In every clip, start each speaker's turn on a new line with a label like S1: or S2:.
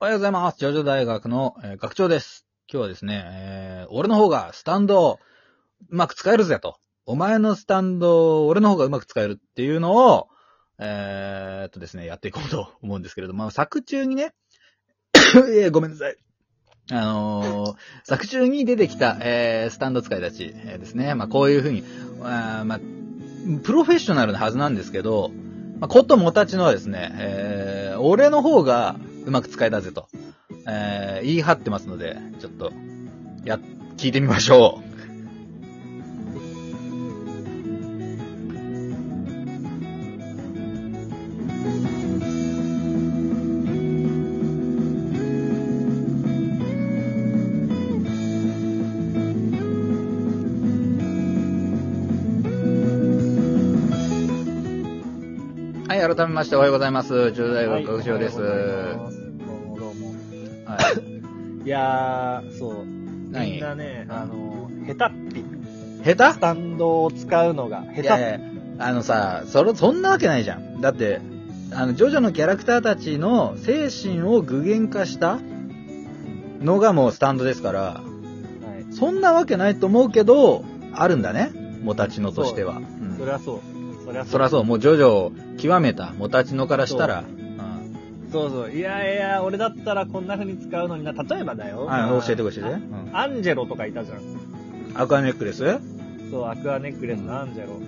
S1: おはようございます。ジョジョ大学の、えー学長です。今日はですね、えー俺の方がスタンドをうまく使えるぜと。お前のスタンドを俺の方がうまく使えるっていうのを、えーっとですね、やっていこうと思うんですけれども、まあ、作中にね、 えーごめんなさい。あのー作中に出てきた、えースタンド使いたち、えーですね。まあ、こういうふうに、あーまあ、プロフェッショナルなはずなんですけど、まあ、こともたちのはですね、えー俺の方がうまく使えたぜと、えー言い張ってますので、ちょっと、や、聞いてみましょう。はい、改めましておはようございます。中大学学長です。
S2: は
S1: はい
S2: おはようございますどうもどうも。いやー、そう。
S1: 何
S2: みんなね、あの、下手っぴ。
S1: い、下
S2: スタンドを使うのが
S1: 手い
S2: 下手
S1: やいや、あのさ、それ、そんなわけないじゃん。だって、あの、ジョジョのキャラクターたちの精神を具現化したのがもうスタンドですから、
S2: はい。
S1: そんなわけないと思うけど、あるんだね。モタチノとしては。うん
S2: そりゃそう。そりゃそう。
S1: そりゃそう、もうジョジョを極めた、モタチノからしたら、
S2: そうそう。いやいや、俺だったらこんな風に使うのにな。例えばだよ。
S1: うんあ
S2: まあ
S1: 教えて教えて。うん
S2: アンジェロとかいたじゃん。
S1: アクアネックレス
S2: そう、アクアネックレスのアンジェロ。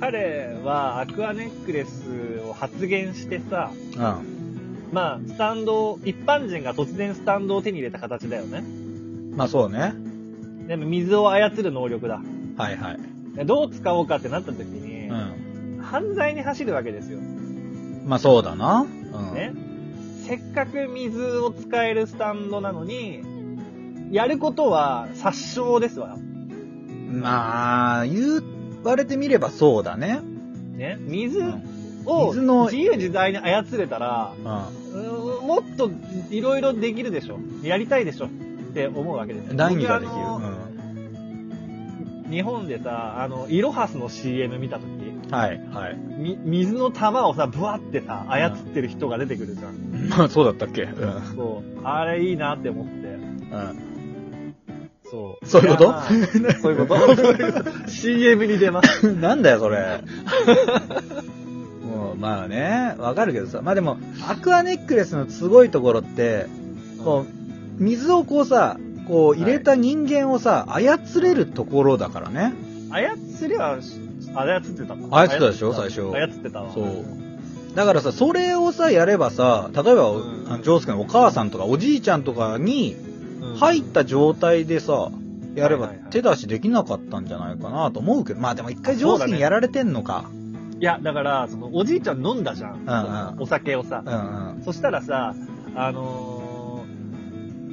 S2: 彼はアクアネックレスを発言してさ、
S1: うん。
S2: まあ、スタンドを、一般人が突然スタンドを手に入れた形だよね。
S1: まあそうね。
S2: でも水を操る能力だ。
S1: はいはい。
S2: どう使おうかってなった時に、
S1: うん。
S2: 犯罪に走るわけですよ。
S1: まあそうだな。うん。
S2: ね。せっかく水を使えるスタンドなのに、やることは殺傷ですわ。
S1: まあ、言われてみればそうだね。
S2: ね。水
S1: うん。
S2: を
S1: 水の
S2: 自由自在に操れたら、うーんもっといろいろできるでしょ。やりたいでしょ。って思うわけです
S1: う
S2: よ
S1: ん、何ができる、
S2: 僕あの日本でさ、あの、イロハスの CM 見た時
S1: うん。はいはい。
S2: み、水の玉をさ、ブワってさ、操ってる人が出てくるじゃん。
S1: まあそうだったっけうん。
S2: そう。あれいいなって思って。
S1: うん。
S2: そう。
S1: そういうこと
S2: やまあそうい うこと。CM に出ます。
S1: なん だよ、それ。もう、まあね、わかるけどさ。まあでも、アクアネックレスのすごいところって、こう、水をこうさ、こう入れた人間をさ、操れるところだからね。
S2: 操りは、操ってたの
S1: 操ってたでしょ最初
S2: 操ってたわ。
S1: そう。だからさ、それをさ、やればさ、例えば、
S2: うん
S1: あのジョースケのお母さんとかおじいちゃんとかに
S2: うん。
S1: 入った状態でさ、やれば
S2: はいはいはい
S1: 手出しできなかったんじゃないかなと思うけど、まあでも一回ジョースケにやられてんのか。
S2: いや、だから、その、おじいちゃん飲んだじゃん。
S1: んうん
S2: お酒をさ
S1: う。ん
S2: そしたらさ、あのー、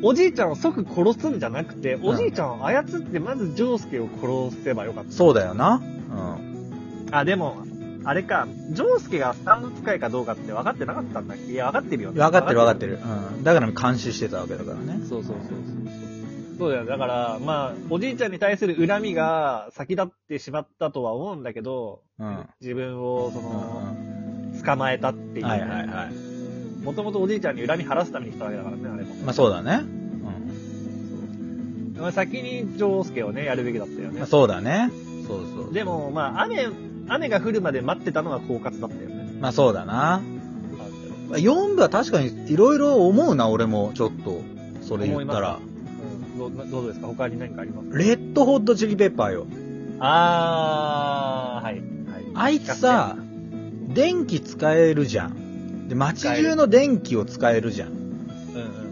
S2: おじいちゃんを即殺すんじゃなくて、おじいちゃんを操って、まずジョースケを殺せばよかっ
S1: うん。そうだよな。うん。
S2: た。あ、でも、あれか、ジョースケがスタンド使いかどうかって分かってなかったんだっけいや、分かってるよね。
S1: わかってるわかってる。うん。だから監視してたわけだからね。
S2: そうそうそうそう。そうだよ。だから、まあ、おじいちゃんに対する恨みが先立ってしまったとは思うんだけど、
S1: うん。
S2: 自分を、そ
S1: うん
S2: の、捕まえたっていう、
S1: はいはいはい。
S2: もともとおじいちゃんに恨み晴らすために来たわけだからね、あれも。
S1: まあそうだね。うん。
S2: そうまあ先に丈介をね、やるべきだったよね
S1: まあ。そうだね。そうそう
S2: でも、まあ、雨、雨が降るまで待ってたのが狡猾だったよね。
S1: まあそうだな。まあ4部は確かにいろいろ思うな、俺も。ちょっと、それ言ったら
S2: 思。うん、どうどうですか他に何かあります
S1: レッドホットチリペッパーよ。
S2: あー、はい。はい、
S1: あいつさ、電気使えるじゃん。で、街中の電気を使えるじゃん。
S2: うんうんうん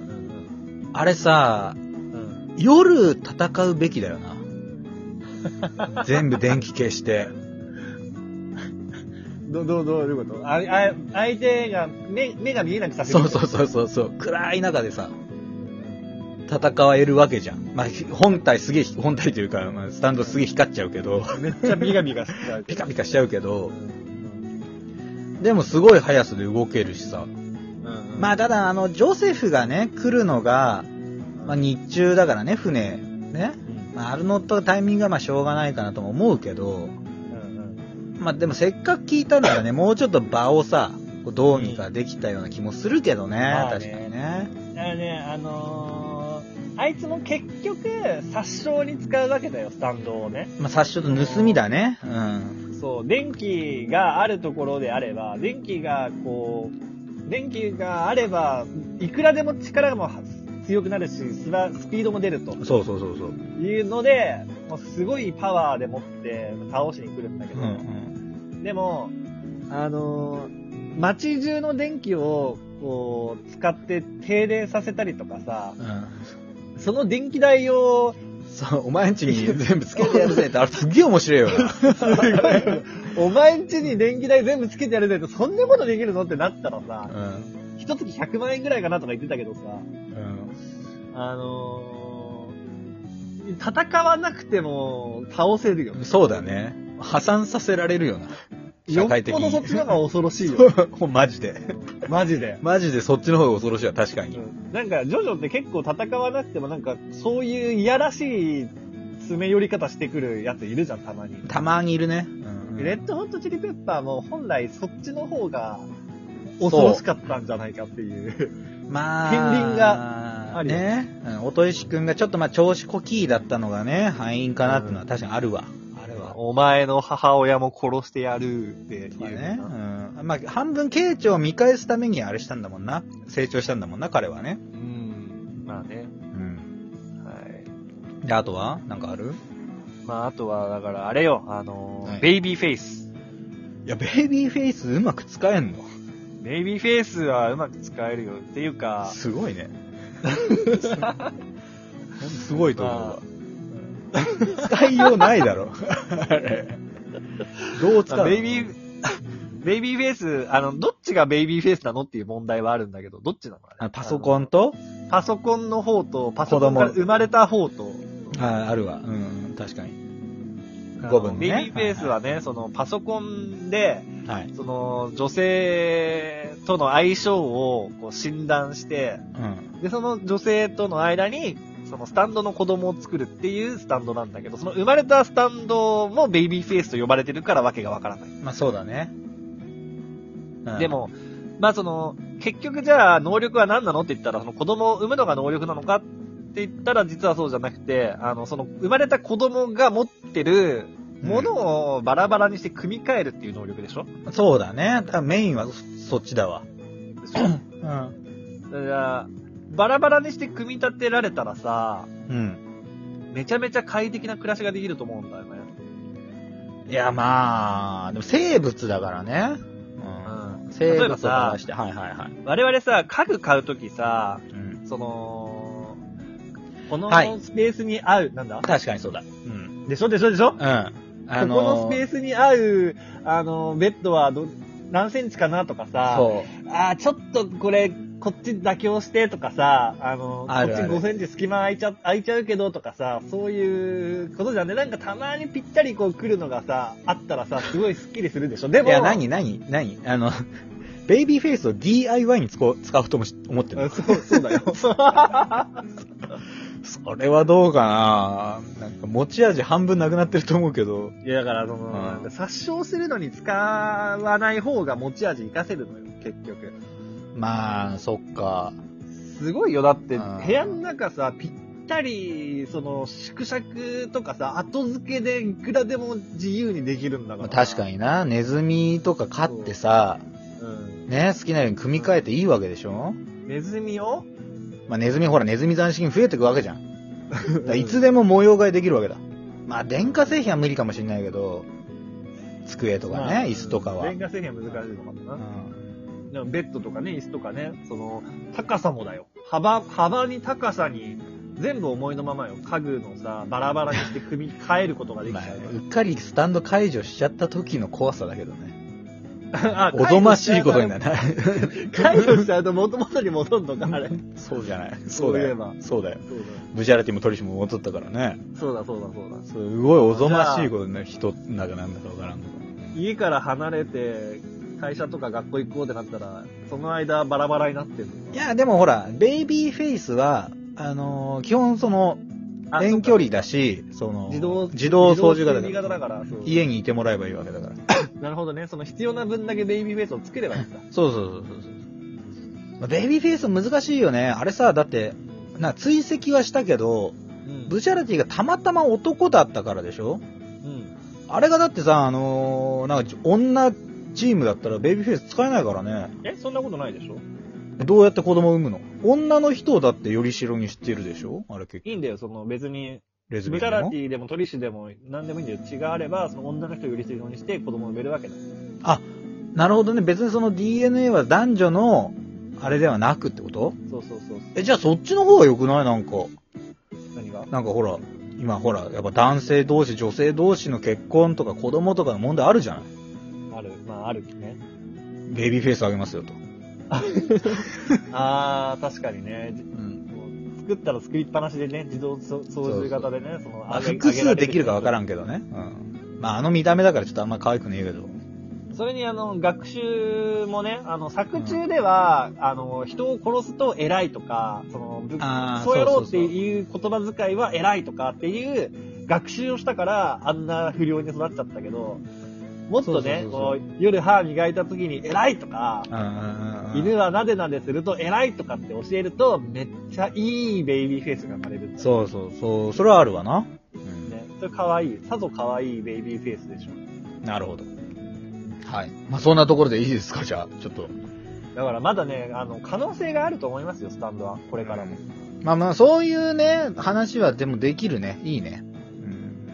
S1: あれさ、
S2: うん。うん
S1: 夜戦うべきだよ な。全部電気消して。
S2: ど、ど、どういうことあ、あ、相手が、目、目が見えなくさせる。
S1: そうそうそうそうそう。暗い中でさ、戦えるわけじゃん。まあ、ひ本体すげえ、本体というか、まあ、スタンドすげえ光っちゃうけど、
S2: めっちゃビガビガしちゃう。
S1: ピカピカしちゃうけど
S2: う、ん。
S1: でもすごい速さで動けるしさ。
S2: うん
S1: まあ、ただ、あの、ジョセフがね、来るのが、まあ、日中だからね、船、ね。
S2: うん
S1: まあ、あれのとタイミングはまあしょうがないかなとも思うけど、
S2: うん
S1: まあでもせっかく聞いたのがね、もうちょっと場をさ、こうどうにかできたような気もするけどね。
S2: まあね
S1: 確かにね。
S2: だからね、あのー、あいつも結局、殺傷に使うわけだよ、スタンドをね。
S1: まあ、殺傷と盗みだね。うん。
S2: そう、電気があるところであれば、電気がこう、電気があれば、いくらでも力も強くなるし、スラスピードも出ると
S1: そうそうそうそう。
S2: いうので、もうすごいパワーでもって倒しに来るんだけ
S1: う
S2: ど、
S1: んうん。
S2: でも、あのー街中の電気をこう使って停電させたりとかさ、
S1: うん。
S2: その電気代を、
S1: そう、お前んちに全部つけてやるぜって、あれすっげえ面白いよ な。
S2: お前ん家に電気代全部つけてやるぜって、そんなことできるのってなったらさ、
S1: うん。
S2: 一月100万円ぐらいかなとか言ってたけどさ、
S1: うん。
S2: あのー戦わなくても倒せるよ。
S1: そうだね。破産させられるよな。社会的
S2: よっぽど
S1: に。
S2: そっちの方が恐ろし いよ。
S1: もう マジで。
S2: マジで。
S1: マジでそっちの方が恐ろしいわ、確かに。
S2: なんか、ジョジョって結構戦わなくても、なんか、そういういやらしい詰め寄り方してくるやついるじゃん、たまに。
S1: たまにいるね。うん
S2: レッドホットチリペッパーも本来そっちの方が恐ろしかったんじゃないかっていう。
S1: まあ、
S2: 片鱗があるよ
S1: ね。うん、おといしくんがちょっとまあ調子こきだったのがね、敗因かなっていうのは確かにあるわ。あるわ。
S2: お前の母親も殺してやるってい
S1: とかね。うん。まあ、半分、慶長を見返すためにあれしたんだもんな。成長したんだもんな、彼はね。
S2: うん。まあね。
S1: うん。
S2: はい。
S1: で、あとはなんかある
S2: まあ、あとは、だから、あれよ、あのー
S1: はい
S2: ベイビーフェイス。
S1: いや、ベイビーフェイスうまく使えんの
S2: ベイビーフェイスはうまく使えるよ。っていうか、
S1: すごい ね。すごいと思うわ。使いようないだ ろ。あれどう使う
S2: まあ
S1: の
S2: ベイビー、ベイビーフェイス、あの、どっちがベイビーフェイスなのっていう問題はあるんだけど、どっちなのあれ
S1: あパソコンと
S2: あのパソコンの方と、パソコンから
S1: 子供
S2: 生まれた方と、
S1: ああるわ。うん、うん確かに。
S2: あの
S1: 五分のね
S2: ベイビーフェイスはね、その、パソコンで、
S1: はい。
S2: その、女性との相性をこう診断して、
S1: うん。
S2: で、その女性との間に、そのスタンドの子供を作るっていうスタンドなんだけど、その生まれたスタンドもベイビーフェイスと呼ばれてるからわけがわからない。
S1: まあそうだね。うん
S2: で、も、まあその、結局じゃあ能力は何なのって言ったら、その子供を産むのが能力なのかって言ったら実はそうじゃなくて、あの、その生まれた子供が持ってるものをバラバラにして組み替えるっていう能力でしょ、
S1: そうだね。多分メインはそそっちだわ。うん。
S2: だから、バラバラにして組み立てられたらさ、
S1: うん。
S2: めちゃめちゃ快適な暮らしができると思うんだよね。
S1: いや、まあ、でも生物だからね。うん。
S2: うん
S1: 生
S2: 例え
S1: 物
S2: ば
S1: を
S2: さ
S1: 話して、はいはいはい。
S2: 我々さ、家具買うときさ、
S1: うん。
S2: その、この
S1: はい
S2: スペースに合う、なんだ
S1: 確かにそうだ。うん。
S2: でしょでしょでしょ
S1: うん。あ
S2: ここのスペースに合う、あの、ベッドはど、何センチかなとかさ、
S1: そ
S2: あーちょっとこれ、こっち妥協してとかさ、あの、
S1: あるある
S2: こっち5センチ隙間空いちゃ、空いちゃうけどとかさ、そういうことじゃんね。なんかたまにぴったりこう来るのがさ、あったらさ、すごいスッキリするでしょ。で
S1: う。
S2: も、
S1: いや、何、何、何あの、 ベイビーフェイスを DIY に使おう使うともし思って
S2: うん
S1: る
S2: そう、そ うだよ。
S1: それはどうかななんか持ち味半分なくなってると思うけど。
S2: いや、だから、その、
S1: うん
S2: なんか殺傷するのに使わない方が持ち味活かせるのよ、結局。
S1: まあ、そっか。
S2: すごいよ。だって、
S1: うん
S2: 部屋の中さ、ぴったり、その、縮尺とかさ、後付けでいくらでも自由にできるんだ
S1: ま
S2: か
S1: あ
S2: ら。
S1: 確か
S2: に。
S1: にな。ネズミとか飼ってさ、
S2: うん。
S1: ね、好きなように組み替えていいわけでしょ
S2: ネズミを
S1: まあ、ネズミほら、ネズミ斬新増えてくわけじゃん。 だからいつでも模様替えできるわけだ。まあ、電化製品は無理かもしれないけど、机とかね、
S2: まあ
S1: 椅子とかは。
S2: 電化製品は難しいのかも
S1: う
S2: な。
S1: ん
S2: でもベッドとかね、椅子とかね、その、高さもだよ。幅、幅に高さに、全部思いのままよ。家具のさ、バラバラにして組み替えることができ ち
S1: ま
S2: ゃ
S1: あ
S2: うよ
S1: うっかりスタンド解除しちゃった時の怖さだけどね。
S2: あ
S1: おぞましいことになる。
S2: 解除しちゃうと元々に戻るのか、あれ。
S1: そうじゃない。そうだ
S2: そういえ
S1: よ
S2: ば。
S1: そうだよ。
S2: そう
S1: ブジャラティもトリシも戻ったからね。
S2: だ、そうだ、そうだ、そうだ。
S1: すごいおぞましいことになる人なんかなんだかわからんけど。
S2: 家から離れて、会社とか学校行こうってなったら、その間バラバラになってるの
S1: いや、でもほら、ベイビーフェイスは、あのー基本その、
S2: あ
S1: 遠距離だし、その、
S2: 自動、
S1: 自動掃除型
S2: 自
S1: だか
S2: 動掃除型だ
S1: ら。
S2: から、そう
S1: 家にいてもらえばいいわけだ から。
S2: なるほどね。その必要な分だけベイビーフェイスをつければいいんだ。
S1: そうそうそうそうそう。まあベイビーフェイス難しいよね。あれさ、だって、な、追跡はしたけど、
S2: うん
S1: ブチャラティがたまたま男だったからでしょ
S2: うん。
S1: あれがだってさ、あのーなんか、女チームだったらベイビーフェイス使えないからね。
S2: え、そんなことないでしょ
S1: どうやって子供産むの女の人をだってよりしろにしてるでしょあれ結局。
S2: いいんだよ、その別に、
S1: レズビ
S2: ブ
S1: ア
S2: チャ
S1: ン
S2: ラ
S1: の
S2: テ。ィでもトリシでも何でもいいんだよ。血があれば、その女の人をより必要にして子供を産めるわけだ。
S1: なるほどね。別にその DNA は男女の、あれではなくってこと
S2: そうそうそう。
S1: え、じゃあそっちの方が良くないなんか。
S2: 何が
S1: なんかほら、今ほら、やっぱ男性同士、女性同士の結婚とか子供とかの問題あるじゃない
S2: ある。まあ、あるね。
S1: ベイビーフェイスあげますよと。
S2: あー、確かにね。じ
S1: うん。
S2: 作ったら作りっぱなしでね、自動操縦型でね、その、
S1: まあ、
S2: 上げ
S1: 複数できるかわから
S2: ん。
S1: んけどね。うん。まああの見た目だからちょっとあんま可愛くねえけど。
S2: それにあの、学習もね、あの、作中では、あの、人を殺すと偉いとか、その、ぶ
S1: あー
S2: そうやろ
S1: そ
S2: うっ
S1: うそ
S2: て
S1: うそう
S2: いう言葉遣いは偉いとかっていう学習をしたから、あんな不良に育っちゃったけど、もっ
S1: そ、うそう
S2: とねこ
S1: そう
S2: 夜歯磨いた時に偉いとか、
S1: うんうんうんうん。
S2: 犬はなでなですると偉いとかって教えると、めっちゃいいベイビーフェイスが生まれる。
S1: そうそうそう。それはあるわな。うん。
S2: ね。それ可愛い。さぞ可愛いベイビーフェイスでしょ。
S1: なるほど。はい。まあ、そんなところでいいですかじゃあ、ちょっと。
S2: だからまだね、あの、可能性があると思いますよ、スタンドは。こ
S1: こ
S2: れからも。。
S1: まあまあ、そういうね、話はでもできるね。いいね。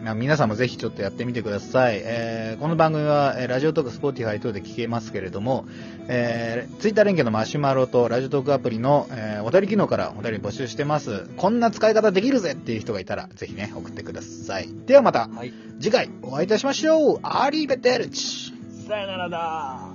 S1: うん。まあ、皆さんもぜひちょっとやってみてください。えー、この番組は、えーラジオトーク、スポーティファイ等で聞けますけれども、えー、ツイッター連携のマシュマロとラジオトークアプリの、えーお便り機能からお便り募集してます。こんな使い方できるぜっていう人がいたら、ぜひね、送ってください。ではまた、
S2: はい。
S1: 次回お会いいたしましょう。アリーベテルチ
S2: さよならだー。